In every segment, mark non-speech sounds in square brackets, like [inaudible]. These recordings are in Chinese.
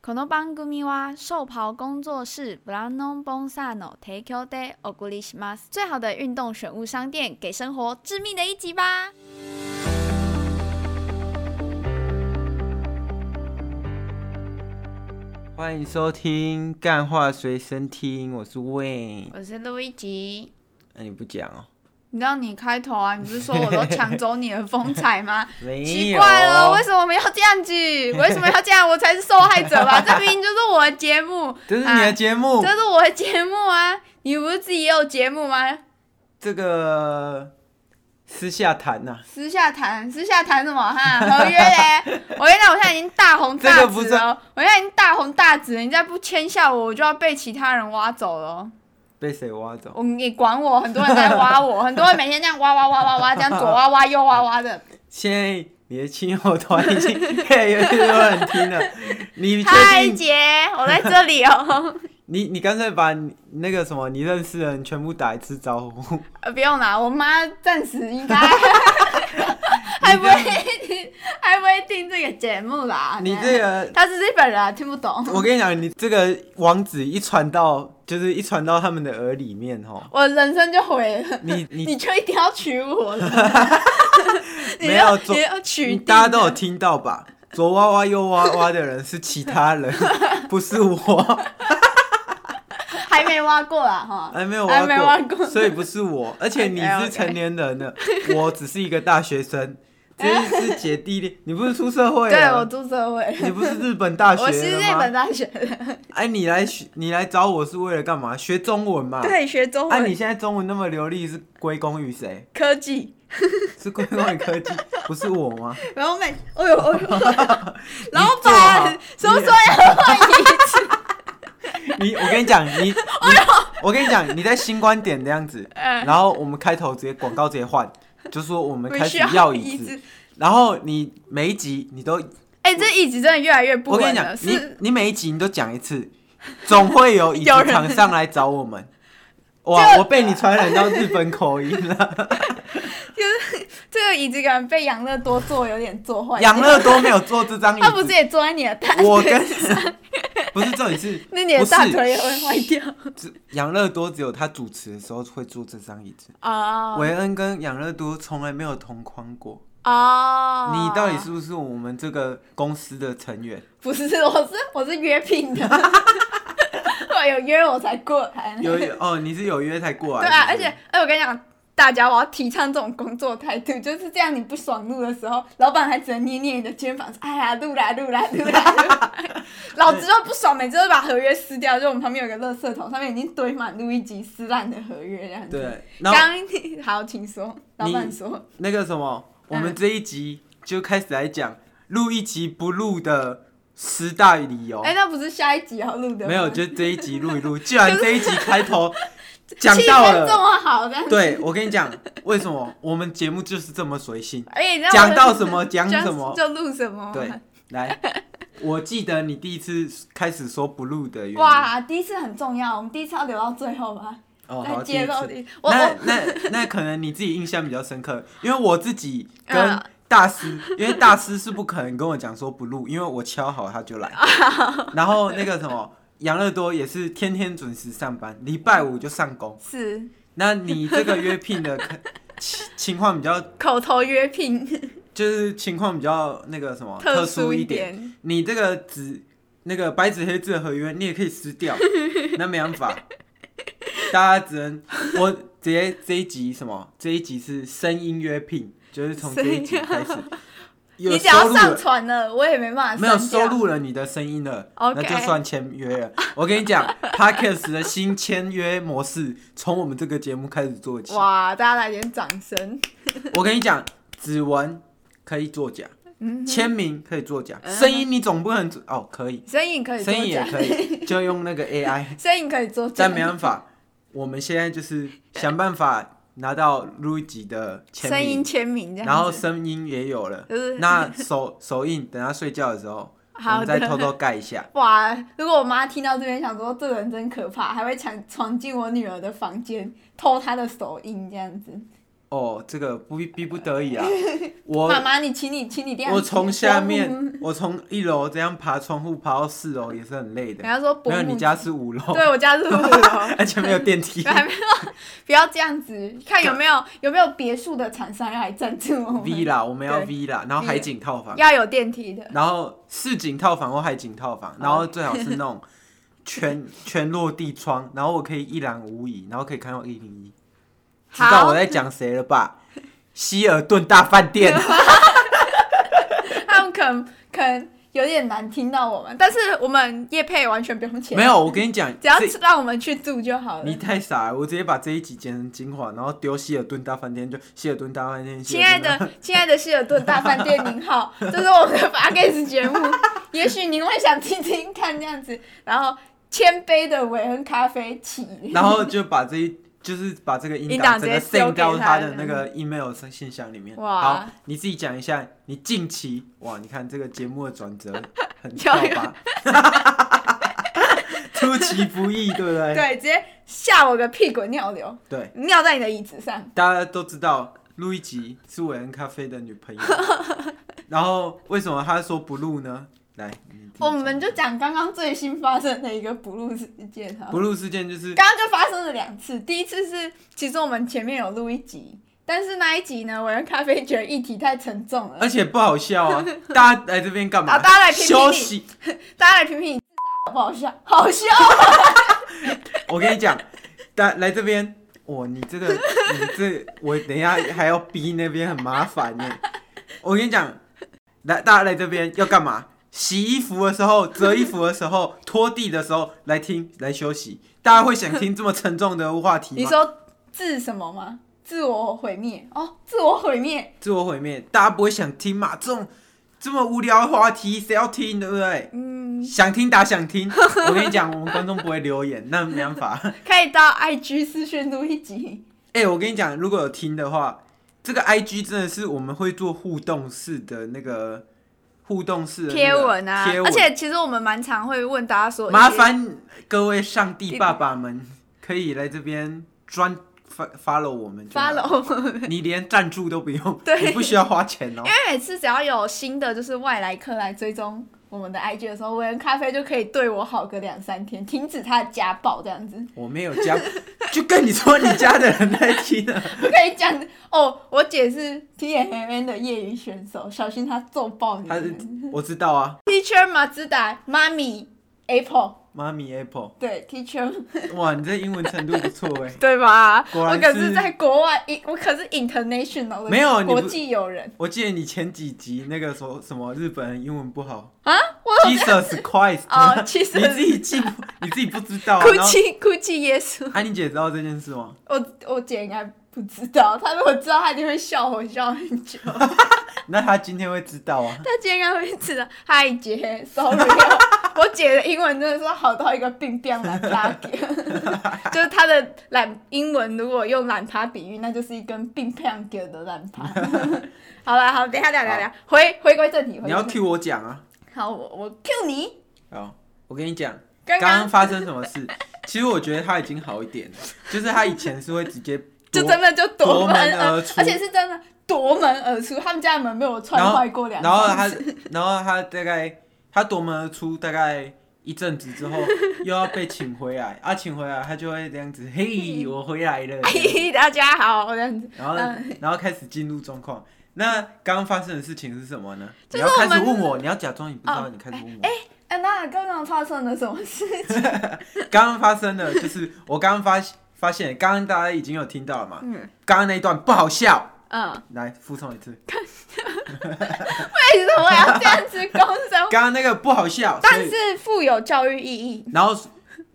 この番組は寿袍工作室ブランドボンサーの提供でお送りします。最好的运动选物商店，给生活致命的一击吧！欢迎收听《干话随身听》，我是 Wayne。我是路易吉。那、你不讲哦？你让你开头啊？你不是说我都抢走你的风采吗？[laughs] 没有。哦奇怪了，为什么要这样子？为什么要这样？我才是受害者吧？这明明就是我的节目， [laughs] 啊这是你的节目。这是我的节目啊！你不是自己也有节目吗？这个私下谈啊呐、私下谈，私下谈什么哈？合约 [laughs] 嘞？我跟你讲，我现在已经大红大这个不紫是了，我现在已经大红大紫了，你再不签下我，我就要被其他人挖走了哦。被谁挖走？我你管我？很多人在挖 [laughs] 我，很多人每天这样挖挖挖挖挖，这样左挖挖右挖挖的。现在你的亲友团已经越来越多人听了。你嗨，确定？姐，我在这里哦。 [laughs] 你你干脆把你那个什么你认识的人全部打一次招呼。呃，不用啦，我妈暂时 [laughs] 应该还不会听还不会听这个节目啦。你这个，她是日本人啊，听不懂。我跟你讲，你这个网址一传到，就是一传到他们的耳里面哦。我人生就毁了。你你你就一定要娶我了， [laughs] 你没要有做你要娶你定的，嗯大家都有听到吧？左哇哇右哇哇的人是其 [laughs] 他人，不是我，哎还没挖过啦哈，还没有还哎挖没过，挖过哎所以不是我。[laughs] 而且你 OK，OK 是成年人了，我只是一个大 [laughs] 学生，这是姐弟恋。你不是出社会对我了？出社会了，你不是日本大学我是日了本吗？大学的，哎，你来学，你来找我是为了干嘛？学中文嘛。。对，学中哎，你文现在中文那么流利，是归功于谁？ [laughs] 科技，是归功于科 [laughs] 技，不是我吗？然后每，哎呦 [laughs] 哎呦，老啊你做啊好板什么时候要换 [laughs] 一次？你，我跟你讲， [laughs] 你，你我跟你讲，你在新观点的样子， [laughs] 嗯然后我们开头直接广告直接 [laughs] 换，就说我们不开始需要椅椅子，，然后你每一集你都，哎，这椅子真的越来越不我跟稳你了，讲，是你你每一集你都讲一次，总会有椅子有人厂商来找 [laughs] 我们。这哇，我被你传染到日本口音 [laughs] 了，这个椅子感觉被养乐多坐有点坐坏，养乐多没有做这张椅 [laughs] 他不是子，也坐在你的大我跟腿，不是重点是， [laughs] 那你的不是大腿也会坏掉只养乐多只有他主持的时候会坐这张椅子，啊韦恩跟养乐多从来没有同框过。啊！你到底是不是我们这个公司的成员？不是，我是我是约聘的，我有约我才过来。 [laughs] 有哦，你是有约才过来。对啊，而是不且是而且我跟你讲，大家我要提倡这种工作态度，就是这样。你不爽录的时候，老板还只能捏捏你的肩膀，说：“哎呀，录啦录啦录啦。录啦” [laughs] 老子就不爽，每次都把合约撕掉。就我们旁边有个垃圾桶，上面已经堆满录一集撕烂的合约这样子。对，然后刚好，请说，老板说，那个什么，我嗯们这一集就开始来讲录一集不录的十大理由哎、。那不是下一集要录的吗没有，就这一集录 [laughs] 一录。既然这一集开头讲气到氛这了，么好，这样子。对我跟你讲，为什么我们节目就是这么随性，哎、那我讲到什 [laughs] 么讲什么。就录什么。对，来，我记得你第一次开始说不录的原 [laughs] 因。哇，第一次很重要，我们第一次要留到最后吧，哦，再好，第揭一露次。你。我那我那那可能你自己印象比较深刻，因为我自己跟嗯大师，因为大师是不可能跟我讲说不录，因为我敲好他就 [laughs] 来。然后那个什么，杨乐多也是天天准时上班，礼拜五就上工。是那你这个约聘的 [laughs] 可情情况比较，口头约聘，就是情况比较那个什么 [laughs] 特殊殊一点。点。你这个纸那个白纸黑字的合约，你也可以 [laughs] 撕掉，那没办法，大家只能我直接这一集什么？这一集是声音约聘，就是从这一集开始，有你只收要入上了，传了，我也没办法没有删掉。收入了你的声音了 OK 那就算签约了。我跟 [laughs] 你讲 p a r k e s 的新签约模式从我们这个节目开始做起。哇，大家来点掌声！我跟你讲，指纹可以作假，嗯签名可以作假，嗯声音你总不能哦可以。声音可以声作音也假，可以，就用那个 AI， [laughs] 声音可以作假但，没办法，我们现在就是想办法拿到录一集的签声音名，签名这样子。然后声音也有了，就是那手 [laughs] 手印等他睡觉的时候，我好们再的。偷偷盖一下。哇！如果我妈听到这边，想说这个人真可怕，还会抢闯进我女儿的房间偷她的手印这样子。哦，这个不逼不 [laughs] 得已啊，我妈妈，你请你，请你这样。我从下面，我从一楼这样爬窗户爬到四楼也是很累人的。家说伯没有，母你，家哦是五楼，。啊对我家是五楼 [laughs] 而且没有电梯。还没有，不要这样子，看有没 [laughs] 有有没有别墅的厂商来赞助我们 villa 我们要对 villa，然后海景套房，要有电梯的，然后市景套房或海景套房，然后最好是那种 [laughs] 全全落地窗，然后我可以一览无遗，然后可以看到一零一。知道好我在讲谁了吧？希尔顿大 [laughs] 饭店。他们可能可能有点难听到我们，但是我们叶配完全不用钱，没，有，我跟 [laughs] 你讲，只要这让我们去住就好你了。太傻了，我直接把这一集剪成精华，然后丢希尔顿大饭店，就希尔顿大饭店。亲爱希尔顿大，的，亲爱的希尔顿大饭店，您 [laughs] 好，这是我们的 p o d c a s 节目，也许您会想听听看这样子，然后千杯的韦恩咖啡起， [laughs] 然后就把这一。就是把这个音音档档整个直接丢 send 给到他的那个 email 信箱里面。哇好，你自己讲一下，你近期哇，你看这个节目的转折很就跳 [laughs] 吧， [laughs] 出其不意，对不对？对，直接吓我个屁滚尿流，对尿在你的椅子上，大家都知道录一集是韦恩咖啡的 [laughs] 女朋友，然后为什么他说不录呢？来，你自己哦我讲们就讲刚刚最新发生的一个补录事件哈。不录事件就是刚刚就发生了两次，第一次是其实我们前面有录一集，但是那一集呢，我跟咖啡觉得议题太沉重了而，且不好笑啊！大家来这边干嘛？ [laughs] 好大家来评评休理息。大家来评评你自杀好不好笑？好 [laughs] 笑，我跟你讲，大来这边，哇，你这个，你这，我等一下还要逼那边很麻烦呢。我跟你讲，来，大家来这边要干嘛？洗衣服的时候，折衣服的时候，拖地的时候，来听，来休息。大家会想听这么沉重的话题你吗？说自什么吗？自我毁灭哦，自我毁灭，自我毁灭，大家不会想听嘛？这种这么无聊的话题，谁要听？对不对？嗯，想听打想听，我跟你讲，我们观众不会留言，那没办法。可以到 IG 私讯录一集，哎、我跟你讲，如果有听的话，这个 I G 真的是我们会做互动式的那个互动式的那个贴文啊贴，文而且其实我们蛮常会问大家说，麻烦各位上帝爸爸们可以来这边专 fa- follow 我们就好 follow 我们。你连赞助都不用， [laughs] 对你不需要花钱 [laughs] 哦因。为每哎次只要有新的就是外来客来追踪我们的 IG 的时候，维恩咖啡就可以对我好个两三天，停止他的家暴这样子，我没有加，就跟你说你家的人在听啊。不可以讲哦。我姐是 TMN 的业余选手，小心她揍爆你他是们。我知道啊， Teacher 马自达妈咪 Apple 妈咪 Apple，对 [laughs] Teacher 哇，你这英文程度不错哎、对吧？果然我可是是在国外，我可是 international 的没有你不国际友人我记得你前几集那个说什么日本人英文不好啊，我哦，Jesus Christ，哦你自，Jesus 己记不，你自己不知道啊。哭然后，泣哭泣耶稣。安妮姐知道这件事吗？我我姐应该不知道，她如果知道，她一定会笑我笑很久。她那她今天会知道 [laughs] 啊。姐应该会知道，嗨姐，sorry [laughs] 哦。我姐的英文真的是好到一个病变懒趴点， [laughs] 就是她的懒英文，如果用懒趴比喻，那就是一根病变给的懒趴。 [laughs] 好了，好，等一下聊聊聊，回回归正题。回你归要正题 Q 我讲啊。好，我我 Q 你，哦，我跟你讲，刚刚刚刚发生什么事？其实我觉得她已经好一点了，就是她以前是会直接 [laughs] 就躲真的就夺夺门门而而出而且是真的夺门而出，他们家的门被我踹然后坏过两然 [laughs] 后三他次，然后他大概他夺门而出大概一阵子之后，又要被请回来，啊，请回来他就会这样子，嘿，我回来了，嘿，哎大家好，这样子。然后嗯然后开始进入状况。那刚刚发生的事情是什么呢？就你是要开始我们问我，你要假装你不知道，哦你开始问我。哎，那刚刚发生了什么事？哎刚刚发生 [laughs] 的就是我刚刚发发现，刚刚大家已经有听到了嘛？嗯刚刚那一段不好笑， [laughs] 嗯，来复唱一次。哦为什么要这样子公 [laughs] 审？刚刚那个不好笑，所但以是富有教育意义，然后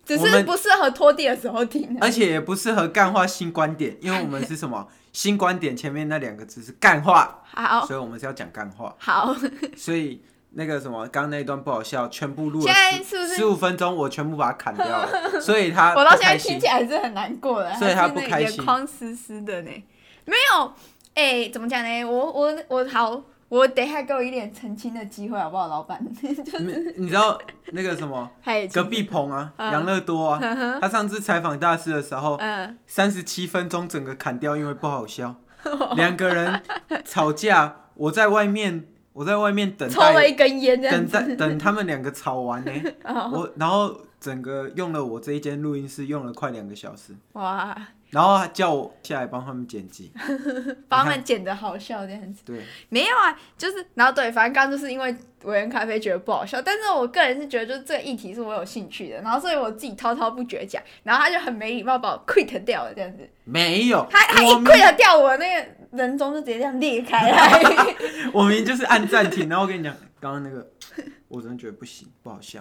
只我是们不适合拖地的时候听。而且也不适合干话新观点，因为我们是 [laughs] 什么新观点前面那两个字是干话，好哎所以我们是要讲干话，好，所以那个什么刚刚那一段不好笑，全部录了现在是不是十五分钟，我全部把它砍掉了，所以 [laughs] 他我到不现在开听心起。来还是很难过的，所以他还是不那开眼心眶湿湿的呢。没有，哎，怎么讲呢？我我我好，我等一下给我一点澄清的机会好不好，老板？ [laughs] 你你知道那个什么嘿，隔壁棚啊，嗯杨乐多啊，嗯哼他上次采访大师的时候，嗯， [laughs] 三十七分钟整个砍掉，因为不好笑。两个人吵架，我在外面，我在外面等抽待，了一根烟这样等子。待等他们两个吵完呢、 [laughs] 哦，我然后整个用了我这一间录音室用了快两个小时，哇，然后还叫我下来帮他们剪 [laughs] 辑。把他们剪得好笑这样子。对，没有啊，就是然后对，反正刚刚就是因为维园咖啡觉得不好笑，但是我个人是觉得就是这个议题是我有兴趣的，然后所以我自己滔滔不绝讲，然后他就很没礼貌把我 quit 掉了这样子，没有，他他一我明 quit 掉我那个人中就直接这样裂开来，我明明就是按暂停，然后我跟你讲，刚刚那个我真的觉得不行，不好笑。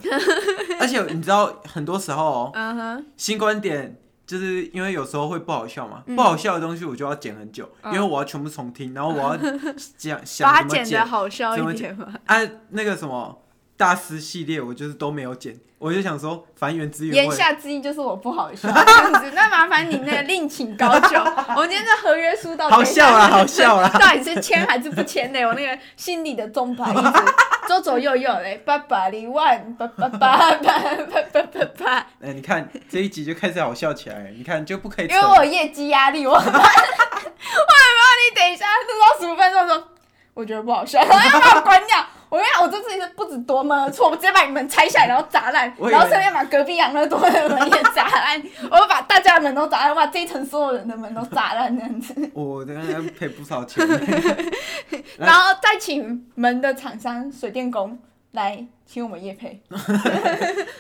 而且你知道，很多时候哦、嗯哼，新观点就是因为有时候会不好笑嘛，嗯不好笑的东西我就要剪很久，因为我要全部重听，然后 [laughs] 我要讲想把它怎么剪得剪。好笑怎么一点嘛，按、那个什么大师系列，我就是都没有剪，我就想说反原汁原言味。下之意就是我不好 [laughs] 笑这样子，那麻烦你那个另请高就，我们今天这合约书到底好笑啦，好笑啊啦！ [laughs] 到底是签还是不签呢？我那个心里的钟摆一直左左右右嘞，八八零万，八八八八八八八八，哎、你看这一集就开始好笑起来了，你看就不可以因扯为。我有业绩压力，我我很怕 [laughs] 你等一下录到十五分钟说，我觉得不好笑，然 [laughs] 后要把我关掉。我跟你讲，我这次是不止多么的错，我直接把你们拆下来，然后砸烂，我以为然后顺便把隔壁养乐多的门也砸烂， [laughs] 我把大家的门都砸烂，我把这一层所有人的门都砸烂，这样子。我这个赔不少钱， [laughs] 来然后再请门的厂商水电工来请我们夜配。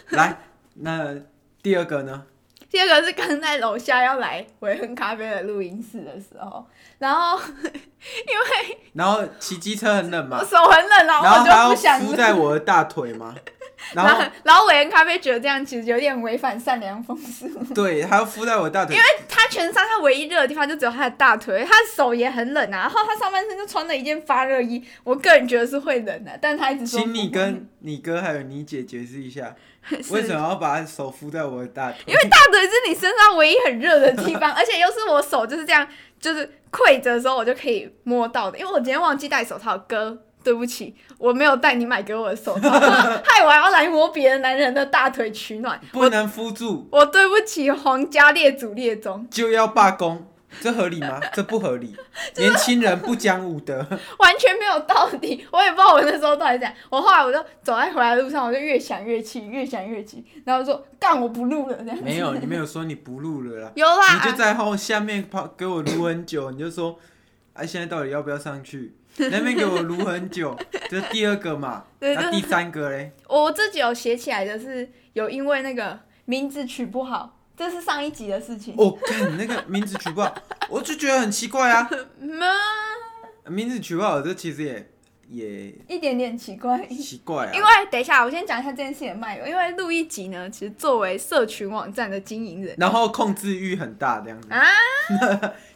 来，那第二个呢？第二个是刚在楼下要来维恩咖啡的录音室的时候，然后因为然后骑机车很冷嘛我，手很冷，然然后后我他就要不想敷录。在我的大 [laughs] 腿嘛，然后然后维恩咖啡觉得这样其实有点违反善良风 [laughs] 俗，对，他要敷在我的大腿因为他全身他唯一热的地方就只有他的大腿，他的手也很冷啊。然后他上半身就穿了一件发热衣，我个人觉得是会冷的、但他一直说请你不会跟你哥还有你姐解释一下，是为什么要把手敷在我的大腿？因为大腿是你身上唯一很热的地方，而且又是我手就是这样，就是跪着的时候我就可以摸到的。因为我今天忘记戴手套，哥，对不起，我没有带你买给我的手套， [laughs] 害我还要来摸别的男人的大腿取 [laughs] 暖，不能敷住我对不起皇家列祖列宗，就要罢工，这合理吗？这不合 [laughs] 理，年轻人不讲武德。完全没有道理。我也不知道我那时候到底怎样，我后来我就走在回来的路上，我就越想越气，越想越气，然后我就说干我不录了这样子。没有，你没有说你不录了啦，有啦，你就在后下面跑给我撸很久，你就说，哎、现在到底要不要上去？那边给我撸很 [laughs] 久，这是第二个嘛，对那、这第三个嘞？我自己有写起来的是有因为那个名字取不好，这是上一集的事情。我、哦、看那个名字取不好，我就觉得很奇怪啊，嗯，名字取不好，这其实也也一点点奇怪。 [laughs] 奇怪啊因为。等一下，我先讲一下这件事情的脉络。因为录一集呢，其实作为社群网站的经营人然后控制欲很大这样子。啊，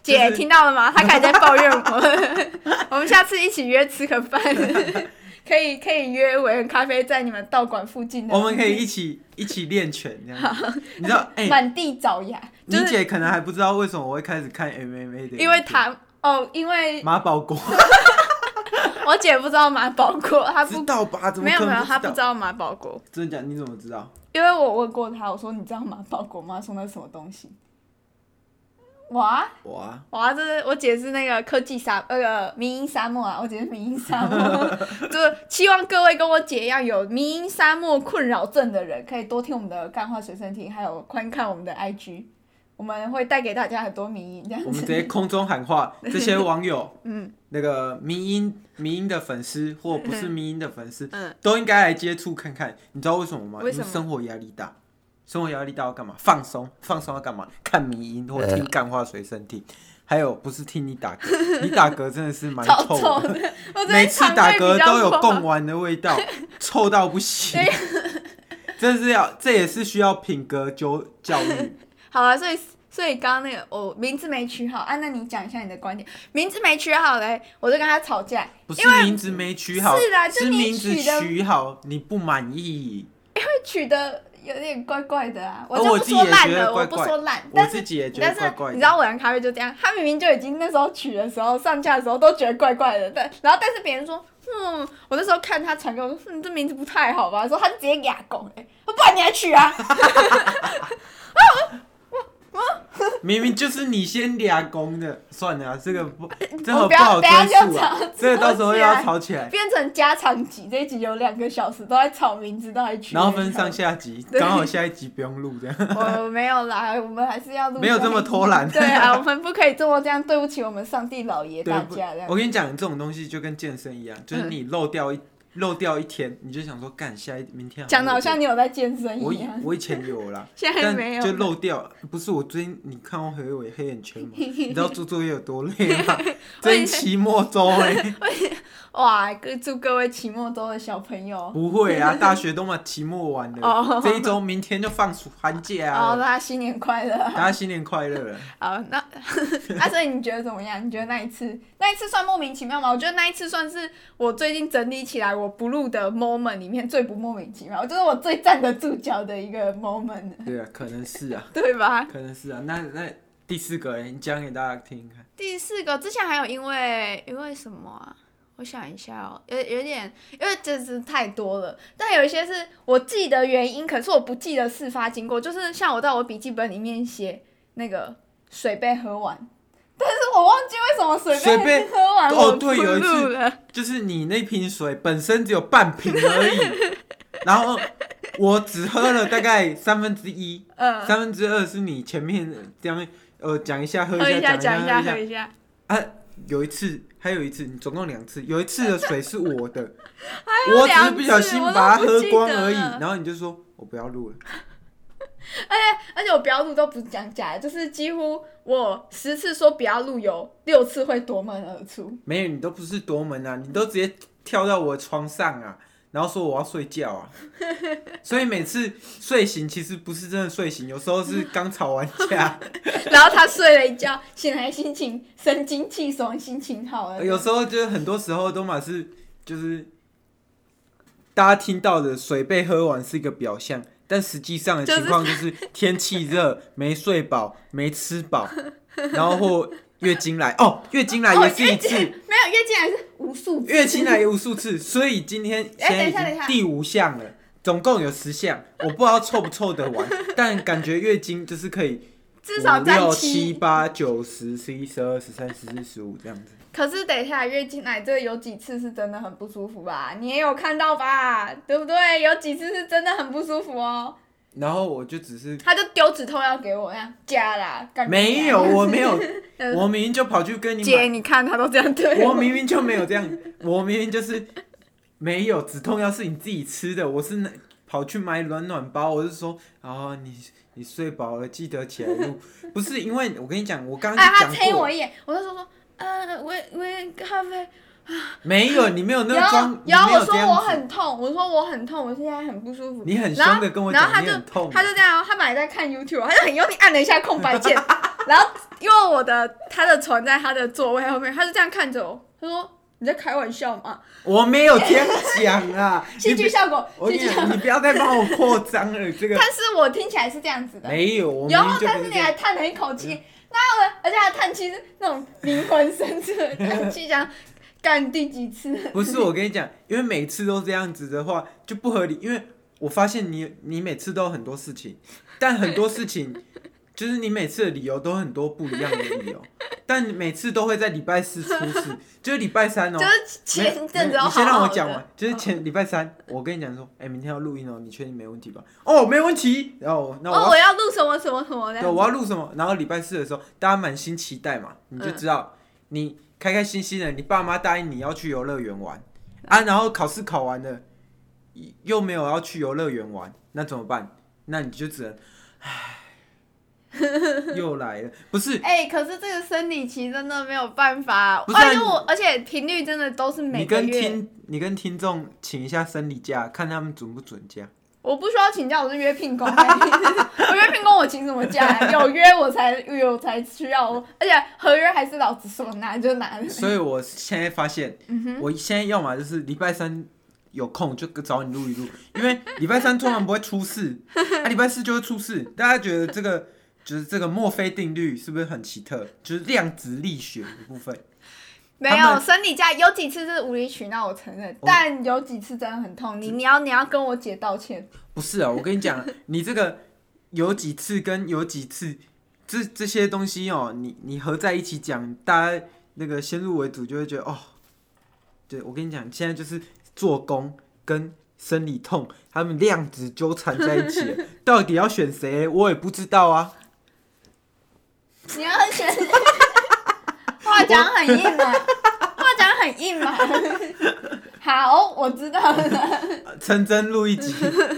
就是姐听到了吗？她开始在抱怨我。 [laughs] 我们下次一起约吃个饭，可以可以约维恩咖啡在你们道馆附近的，我们可以一起一起练拳 [laughs] 这样子。你知道，哎、满地找牙，你就是姐可能还不知道为什么我会开始看 MMA 的，因为她哦，因为马保国我姐不知道马保国，她不知道吧？怎么没有可没有，能她不不知知道？道马保国，真的假的？你怎么知道？因为我问过她，我说你知道马保国吗？她说那是什么东西？哇哇，哇，这是我姐是那个科技沙那个民音沙漠啊，我姐是民音沙 [laughs] 漠，就是希望各位跟我姐一样有民音沙漠困扰症的人，可以多听我们的干话随身听，还有观看我们的 IG，我们会带给大家很多民音这样 [laughs] 我们直子。 [laughs] 接空中喊话，这些网友，嗯，那个民音民音的粉丝或不是民音的粉丝，嗯，都应该来接触看看。你知道为什么吗？为什么因生活压力大，生活压力大要干嘛？放松，放松要干嘛？看迷音或听干话随身听，还有不是听你打 [laughs] 嗝，你打嗝真的是蛮超臭臭的，的，我最每近次肠打胃比嗝较都有不好贡丸的味道，臭到不行。这是要，这也是需要品格教教育。好了，所以所以刚刚那个我、名字没取好啊，那你讲一下你的观点，名字没取好嘞，我就跟他吵架，不是名字没取好，是啦就是你名字取的取好你不满意。会取的有点怪怪的啊，而就哦我不自己说也烂觉得了，怪不怪说烂，我但是自己也觉但是得怪怪你的知。道我人咖啡就这样，他明明就已经那时候取的时候上架的时候都觉得怪怪的，但然后但是别人说。嗯，我那时候看他传给我说，嗯，这名字不太好吧？说他就直接哑狗哎、欸，不然你来取啊？明明就是你先俩攻的，[laughs] 算了、啊，这个不，这我个不要好等一下追溯就啊吵，这个到时候吵又起要来吵 [laughs] 起来，变成家常集，这一集有两个小时都在吵名字，到底取。然后分 [laughs] 上。下集，对刚好下一集不用录这样。 [laughs] 我没有啦，我们还是要录。没有这么偷懒对啊，我们不可以这么这样，对不起我们上帝老爷大对，不家这样我。跟你讲，这种东西就跟健身一样，就是你漏掉一漏掉一天，你就想说干下一明天讲的好像有你有在健身我一以样，，我以前有啦现在 [laughs] 但没有就了。漏掉了。不是我最近你看我黑尾黑眼圈吗？你知道做作业有多累 [laughs] 吗？最近期末周哎、哇，各祝各位期末周的小朋友。不会啊，大学都嘛期末完哦了，这一周明天就放暑寒假好啊，啦，新年快乐！大家新年快乐啊了。好，那 [laughs] 阿所以你觉得怎么样？你觉得那一次，那一次算莫名其妙吗？我觉得那一次算是我最近整理起来我不录的 moment 里面最不莫名其妙，我觉得我最站得住脚的一个 moment，了 [laughs] 对啊，可能是啊，对吧？可能是啊。那那第四个、欸，你讲给大家听听看。第四个，之前还有因为因为什么啊？我想一下哦，有有点，因为真是太多了。但有一些是我记得原因，可是我不记得事发经过。就是像我在我笔记本里面写那个水被喝完，但是我忘记为什么水水被喝完哦我对不有一次录了。就是你那瓶水本身只有半瓶而已，然后我只喝了大概三分之一，嗯，三分之二是你前面这样呃讲一下喝喝一下讲讲一下下，喝一下喝。一下。啊，有一次，还有一次，你总共两次，有一次的水是我 [laughs] 的，有我只是两不小次心我都把它不喝记光得而已，了然后你就说我不要录了，而且我不要录都不是讲假的，就是几乎我十次说不要录，有六次会夺门而出。没有，你都不是夺门啊，你都直接跳到我的床上啊。然后说我要睡觉 [laughs] 啊，所以每次睡醒其实不是真的睡醒，有时候是刚吵完架，然后他睡了一觉，醒来心情神清气爽，心情好了。有时候就是很多时候都嘛是就是大家听到的水被喝完是一个表象，但实际上的情况就是天气热、没睡饱、没吃饱，然后或月经来哦，月经来也是一次，没有月经还是无数次 [laughs] 月经来也无数次，所以今天哎等一现在已下等一经下第五项了，总共有十项，我不知道凑不凑得完，但感觉月经就是可以至少五占六七。七八九十十一十二十三十四十五这样子。可是等一下月经来这有几次是真的很不舒服吧？你也有看到吧？对不对？有几次是真的很不舒服哦。然后我就只是他就丢止痛药给我，那样加啦，干没你有，娘我 [laughs] 没有嗯，我明明就跑去跟你姐，买，你看他都这样对 [laughs] 我明明就没有这样，我明明就是没有止痛药是你自己吃的，我是那跑去买暖暖包，我是说啊、你你睡饱了记得起来 [laughs] 录，不是因为我跟你讲，我刚哎，刚他就推讲过，我一眼，我就说说，呃，我我咖啡，没有，你没有那然个后装，你然没后我有说这样我子很痛，我说我很痛，我现在很不舒服。你很然凶后的跟我然后他讲，就你很痛，啊他就这样，他本来在看 YouTube，他就很用力按了一下空白 [laughs] 键，然后因为我的他的床在他的座位后面，他就这样看着我，他说你在开玩笑吗？我没有这样讲啊， [laughs] 戏剧效果，我戏跟你剧效讲，果。你不要再帮我扩张了，这个但是我听起来是这样子的，没有，我明然明后就但不是是你这样还。叹了一口气，那我而且他叹气是那种灵魂深处的叹气，讲干第几 [laughs] 次？不是我跟你讲，因为每次都这样子的话就不合理，因为我发现你你每次都有很多事情，但很多事情就是你每次的理由都很多不一样的理 [laughs] 由，但每次都会在礼拜四出事，就是礼拜三哦、就是没有前阵没子有好你先让好我的嗯讲完，就是前礼拜三，我跟你讲说，哎、明天要录音哦、你确定没问题吧？哦，没问题。然后我那我要哦，我要录什么什么什么的对，。我要录什么？然后礼拜四的时候，大家满心期待嘛，你就知嗯道、你开开心心的，你爸妈答应你要去游乐园玩嗯啊，然后考试考完了，又又没有要去游乐园玩，那怎么办？那你就只能， [laughs] 唉，又来了，不 [laughs] 是哎、可是这个生理期真的没有办法，不是啊而且我而且频率真的都是你每个跟月，听你跟听众请一下生理假，看他们准不准假。我不需要请假，我是约聘工、哎 [laughs] 我约聘工我请什么假、有约我才有才需要，而且合约还是老子说拿就拿的。 [laughs] 所以我现在发现，我现在要么就是礼拜三有空就找你录一录，因为礼拜三通常不会出事，啊，礼拜四就会出事。大家觉得这个就是这个墨菲定律是不是很奇特？就是量子力学的部分。 [laughs] 没他有们哦生理假，有几次是无理取闹，我承认，但有几次真的很痛。你你要你要跟我 [laughs] 姐道歉，不是啊，我跟你讲，你这个有几次跟有几次这这些东西哦，你你合在一起讲，大家那个先入为主就会觉得哦，对我跟你讲，现在就是做工跟生理痛，他们量子纠缠在一起了，到底要选谁，我也不知道啊。你要选， [laughs] 话讲很硬嘛，话讲很硬嘛。 [laughs] 好，我知道了。呃陈真录一集，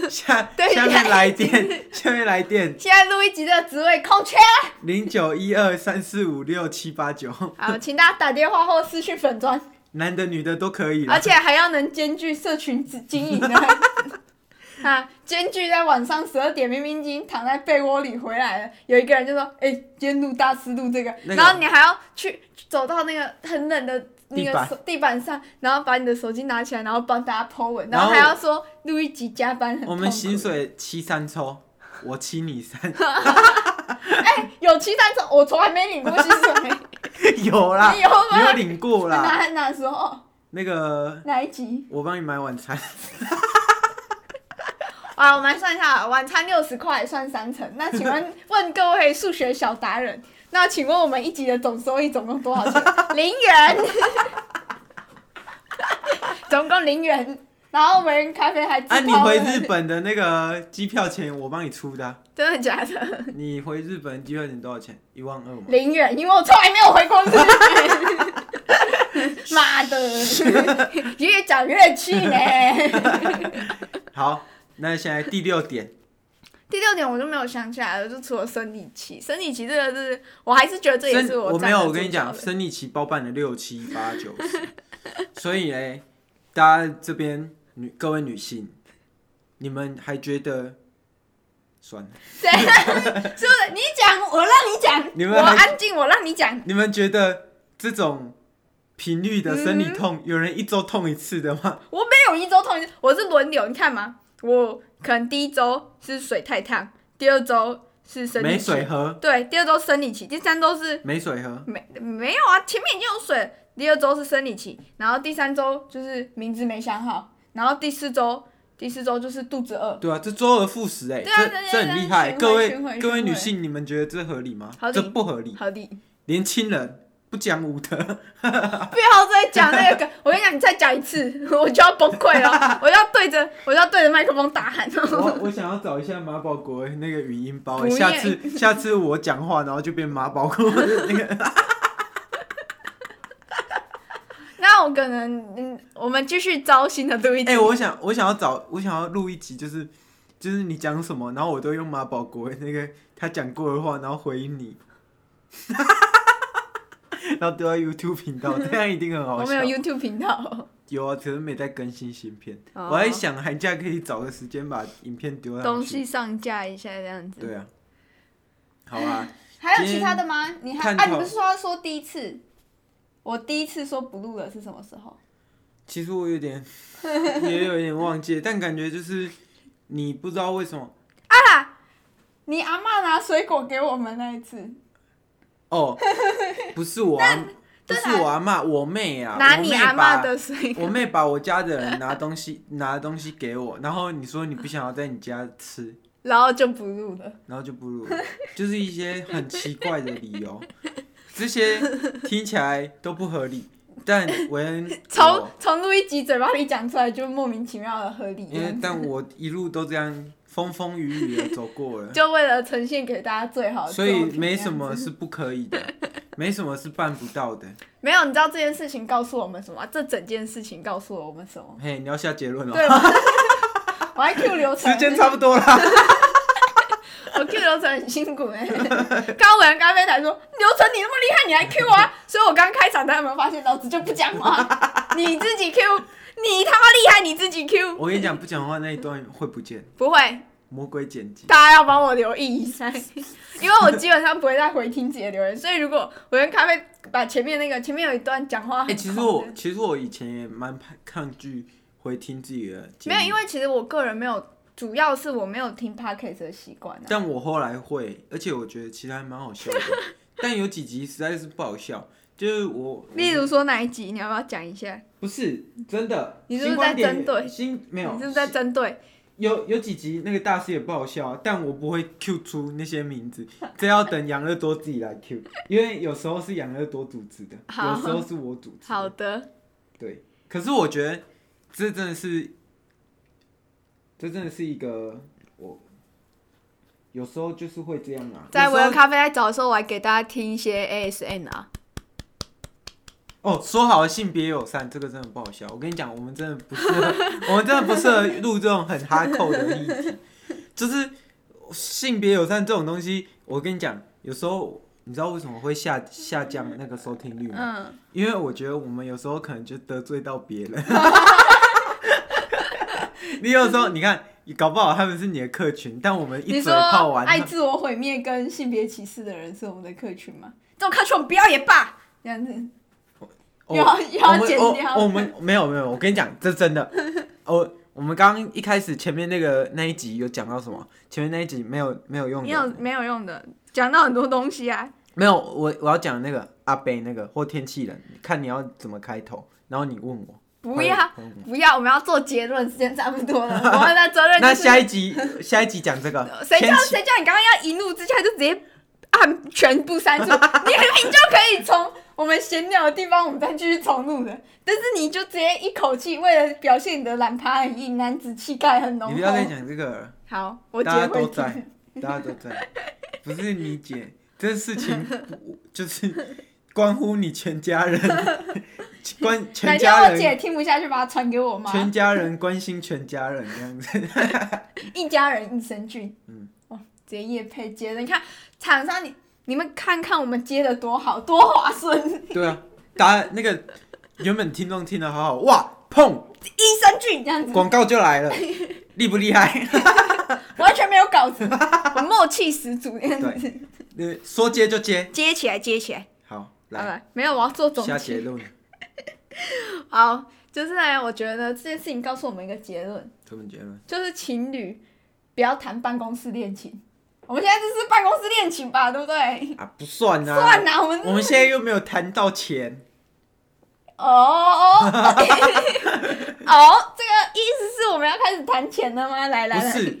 下对下面来电， [laughs] 下面来电现在录一集的职位空缺，零九一二三四五六七八九，好，请大家打电话或私讯粉 [laughs] 砖，男的女的都可以啦。而且还要能兼具社群之经营的。 [laughs] 啊，兼具在晚上十二点，明明已经躺在被窝里回来了，有一个人就说：“哎、今天录大师录这个。那个然后你还要去走到那个很冷的那地个板手地板上，然后把你的手机拿起来，然后帮大家 po 文，然然后后还要说录一集加班很痛苦。我们薪水七三抽， [laughs] 我七你三， [laughs] 有期待中，我从来没领过薪 [laughs] 水。有 [laughs] 啦，你有啊吗啊你有领过啦。哪哪时候哦那个，哪一集我帮你买 [laughs] 晚餐，啊？我们来算一下，晚餐六十块算三成。那请问问各位数学小达人，那请问我们一集的总收益总共多少 [laughs] 钱？零元，总共零元。然后我们咖啡还自啊，你泡回了日本的那个机票钱我帮你出 [laughs] 的啊、真的假的？你回日本机票钱多少钱？一万二吗？零元，因为我从来没有回过日本。 [laughs] 妈的，越讲越气呢。好，那现在第六点，第六点我就没有想起来了，就除了生理期，生理期这个是，我还是觉得 [laughs] 这也生是我站没得有，住我跟你讲，脚的生理期包办了六七八九 [laughs] 十，所以嘞，大家这边女各位女性，你们还觉得？算了，对，是不是？你讲，我让你讲，你们我还安静，我让你讲。你们觉得这种频率的生理痛，有人一周痛一次的吗？我没有一周痛一次，我是轮流，你看嘛，我可能第一周是水太烫，第二周是生理没期，水喝，对，第二周生理期，第三周是没水喝，没没有啊，前面已经有水，第二周是生理期，然后第三周就是名字没想好，然后第四周，第四周就是肚子饿。对啊，这周而复始哎、对啊这对啊这对啊很厉害。循环各循位环各位循女环性，你们觉得这合理吗合？理这不合理。合理，年轻人不讲 [laughs] 武德，啊不要再讲那个 [laughs] 梗，我跟你讲，你再讲一次，我就要崩溃 [laughs] 了，我要对着，我要对着麦克风大喊。我我想要找一下马保国那个语音包、不要下次下次我讲话，然后就变马保国的那个。 [laughs] 那我可能，嗯，我们继续招新的录一集。哎、我想我想要找我想要录一集，就是就是你讲什么，然后我都用马保国那个他讲过的话，然后回应你， [laughs] 然后丢到 YouTube 频道，这样一定很好我笑没。有 YouTube 频道，有啊，可是没在更新新片。哦我在想寒假可以找个时间把影片丢上去。东西上架一下这样子。对啊，好啊，还有其他的吗？你还探啊？讨你不是说要说第一次？我第一次说不录了是什么时候？其实我有点也有点忘记，但感觉就是你不知道为什么你阿嬷拿水果给我们那一次，哦，不是我阿，不是我阿妈，我妹啊，拿我你妹阿把嬷的水我果，妹把我家的人拿东西 [laughs] 拿东西给我，然后你说你不想要在你家吃，然后就不录了。然后就不如，就是一些很奇怪的理由，这些听起来都不合理，但我 [laughs] 从从录一集嘴巴里讲出来就莫名其妙的合理这因为样子，，但我一路都这样风风雨雨的走过了就为了呈现给大家最好的作品这所以样子，没什么是不可以的，没什么是办不到的。没有。你知道这件事情告诉我们什么？这整件事情告诉了我们什么？嘿，你要下结论了， [laughs] 哦对，我 [laughs] 我还 Q 流程时，间差不多啦。 [laughs] 我 Q 流程很辛苦哎、刚刚伟刚飞才说流程你那么厉害，你还 Q 啊？所以我刚开场，大家有没有发现老子就不讲话，你自己 Q，你他妈厉害，你自己 Q， [laughs] 我跟你讲，不讲话那一段会不见，不会，魔鬼剪辑。大家要帮我留意一下，因为我基本上不会再回听自己的留言，所以如果我跟咖啡把前面那个前面有一段讲话哎、很空的，其实我其实我以前也蛮怕抗拒回听自己的节目，没有，因为其实我个人没有，主要是我没有听 podcast 的习惯啊。但我后来会，而且我觉得其实还蛮 [laughs] 好笑的，但有几集实在是不好笑，就是我，例如说哪一集，你要不要讲一下？不是真的，你是不是新观在点针对新没你有是不是在针对？有有几集那个大师也不好笑啊、但我不会 Q 出那些名字， [laughs] 这要等养乐多自己来 Q，因为有时候是养乐多组织的，好有时候是我组织的。好的，对，可是我觉得这真的是，这真的是一个我有时候就是会这样啊。在有我时的候咖啡在找的时候，我还给大家听一些 ASN 啊，哦，说好的性别友善，这个真的不好笑。我跟你讲，我们真的不适合， [laughs] 我们真的不适合录这种很哈扣的议题。就是性别友善这种东西，我跟你讲，有时候你知道为什么会下下降那个收听率吗？嗯，因为我觉得我们有时候可能就得罪到别人。 [laughs] 你有时候你看，搞不好他们是你的客群，但我们一你嘴说炮完，爱自我毁灭跟性别歧视的人是我们的客群吗？这种客群我们不要也罢，这样子哦要我要们剪我掉。我们没有没有，我跟你讲，这真的。哦，我们刚刚一开始前面那个那一集有讲到什么？前面那一集没有没有用没有的，没有用的，讲到很多东西啊，没有。我我要讲那个阿贝那个或天气人，看你要怎么开头，然后你问我。不要。还有。还有不要，我们要做结论，时间差不 [laughs] 多了。我们的责任、就是、那下一集下一集讲这个谁天叫气谁叫你刚刚要一怒之下就直接按全部 [laughs] 删除？你明明就可以从我们闲聊的地方，我们再继续重录的，但是你就直接一口气，为了表现你的懒趴很硬、男子气概很浓你不要再厚。讲这个了。好，我结大家婚都在，大家都在，不是你姐，这事情不就是关乎你全家 [laughs] 人，关哪全天家我人，姐听不下去，把它传给我妈。全家人关心全家人这样子。一家人益生菌。嗯，哇，直接夜配接的，你看厂商你你们看看我们接的多好，多划算，益 [laughs] 对啊， [laughs] 大家那个原本听众听的好好，哇，砰，生菌这样子，广告就来 [laughs] 了，厉不厉害？ [laughs] 完全没有稿子，我默契十足这样 [laughs] 子，呃说接就接，接起来接起来，好，好来了，没有我要做总下结结，论，好，就是呢，我觉得这件事情告诉我们一个结论，什么结论？就是情侣不要谈办公室恋情。我们现在这是办公室恋情吧，对不对？啊，不算啊，算啦，我们我们现在又没有谈到钱，哦哦 [laughs] 哦，这个意思是我们要开始谈钱了吗？来来不来，是，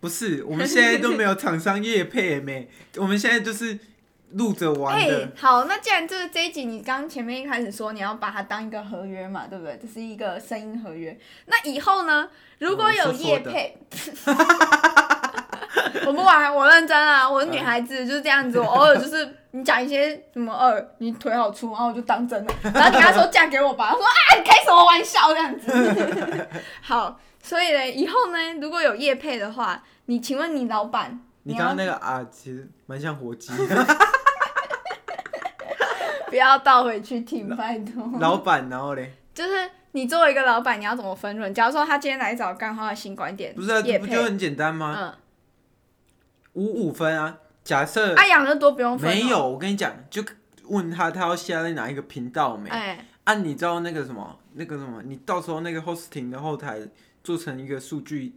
不是，我们现在都没有厂商业配没，我们现在就是录着玩哎、的。好，那既然这这一集你刚前面一开始说你要把它当一个合约嘛，对不对？这是一个声音合约。那以后呢，如哦果有业配， [laughs] 我不玩，我认真啊，我是嗯女孩子就是这样子，我偶尔就是你讲一些什么呃，你腿好粗，然后我就当真了，然后你跟他 [laughs] 说嫁给我吧，他说啊，你开什么玩笑这样子。 [laughs] 好，所以呢，以后呢，如果有业配的话，你请问你老板，你你刚要刚那个啊，其实蛮像火鸡。 [laughs] 不要倒回去听，拜托。老板，然 [laughs] 后嘞，就是你作为一个老板，你要怎么分润？假如说他今天来找干花的新观点，不是啊，业这不就配，很简单吗？嗯，五五分啊，假设啊，养乐多不用分、没，有，我跟你讲，就问他他要下在哪一个频道没？哎，啊，你知道那个什么，那个什么，你到时候那个 hosting 的后台做成一个数据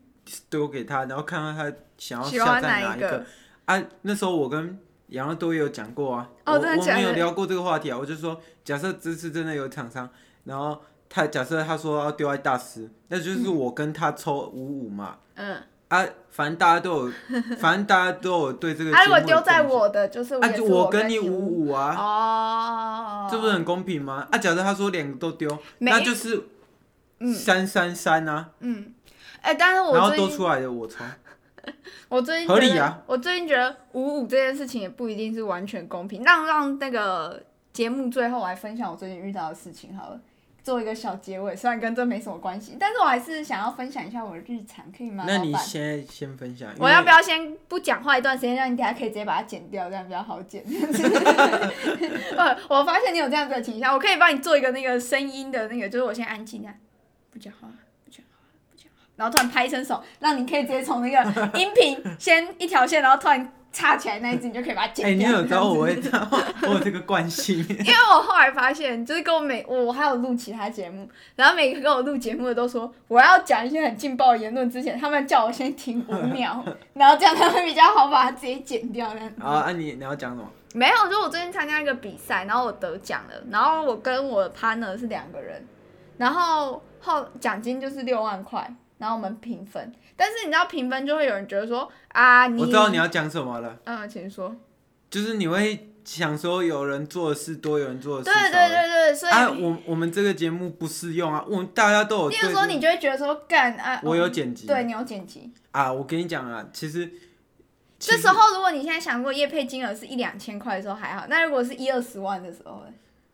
丢给他，然后看看他想要喜下欢载哪一一个个？啊，那时候我跟杨乐多也有讲过啊，哦我真的我假们有的聊过这个话题啊。我就说，假设这次真的有厂商，然后他假设他说要丢在大师，那就是我跟他抽五五嘛。嗯，啊，反正大 [laughs] 家都有，反正大家都有对这个。啊，如果丢在，我的，就是啊，也是就我跟你你五，五五啊，哦，这不是很公平吗？啊，假设他说两个都丢，没那就是三三三啊，嗯，哎、但是然我后最多近出来的我抽。我最近合理觉得啊我最近觉得五五这件事情也不一定是完全公平，让让那个节目最后我来分享我最近遇到的事情好了。做一个小结尾，虽然跟这没什么关系，但是我还是想要分享一下我的日常，可以吗？那老你板现在先分享，因我要为不要先不讲话一段时间，让你等下可以直接把它剪掉，这样比较好剪。 [laughs] 呃，我发现你有这样子的倾向，我可以帮你做一个那个声音的那个，就是我先安静啊，不讲话，不讲话，不讲话，然后突然拍一声手，让你可以直接从那个音频先一条线，然后突然插起来那一只，你就可以把它哎、剪你掉。有知道我会知道 [laughs] 我有这个惯性，因为我后来发现，就是跟我每我我还有录其他节目，然后每个跟我录节目的都说我要讲一些很劲爆的言论之前，他们叫我先停五 [laughs] 秒，然后这样他们比较好把它直接剪掉。这样啊啊你你要讲什么？没有，就我最近参加一个比赛，然后我得奖了，然后我跟我的 partner 是两个人，然后后奖金就是六万块，然后我们平分。但是你知道评分就会有人觉得说啊，你我知道你要讲什么了，嗯，请说。就是你会想说有人做的事多，有人做的对事少。对对对，所以啊，我我们这个节目不适用啊，我们大家都有例对如这说个。你就会觉得说干啊，我哦有剪辑对你有剪辑。啊，我跟你讲啊，其实其这实时候如果你现在想过业配金额是一两千块的时候还好，那如果是一二十万的时候呢，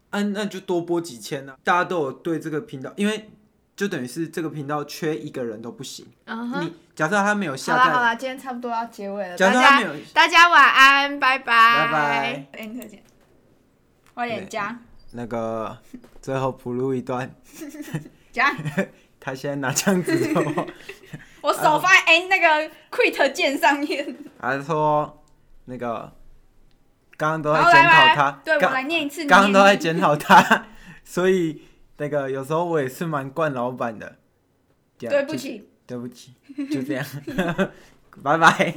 啊，那就多播几千啊。大家都有对这个频道，因为就等于是这个频道缺一个人都不行。嗯哼，你假设他没有好下啦好载，啦，今天差不多要结尾了，假大设他没家有，大家晚安，拜哎拜拜拜，enter 键，快点对加那个最后补录一段，加，他现在拿枪指着我，我手放在哎那个 quit 键上面，他说那个刚刚都在好检来讨来他来，，对我刚来念一次，你刚刚念都在一次检讨他， [laughs] 所以那个有时候我也是蛮惯老板的。这样对不就起。 [laughs] 对不起，就这样，拜拜。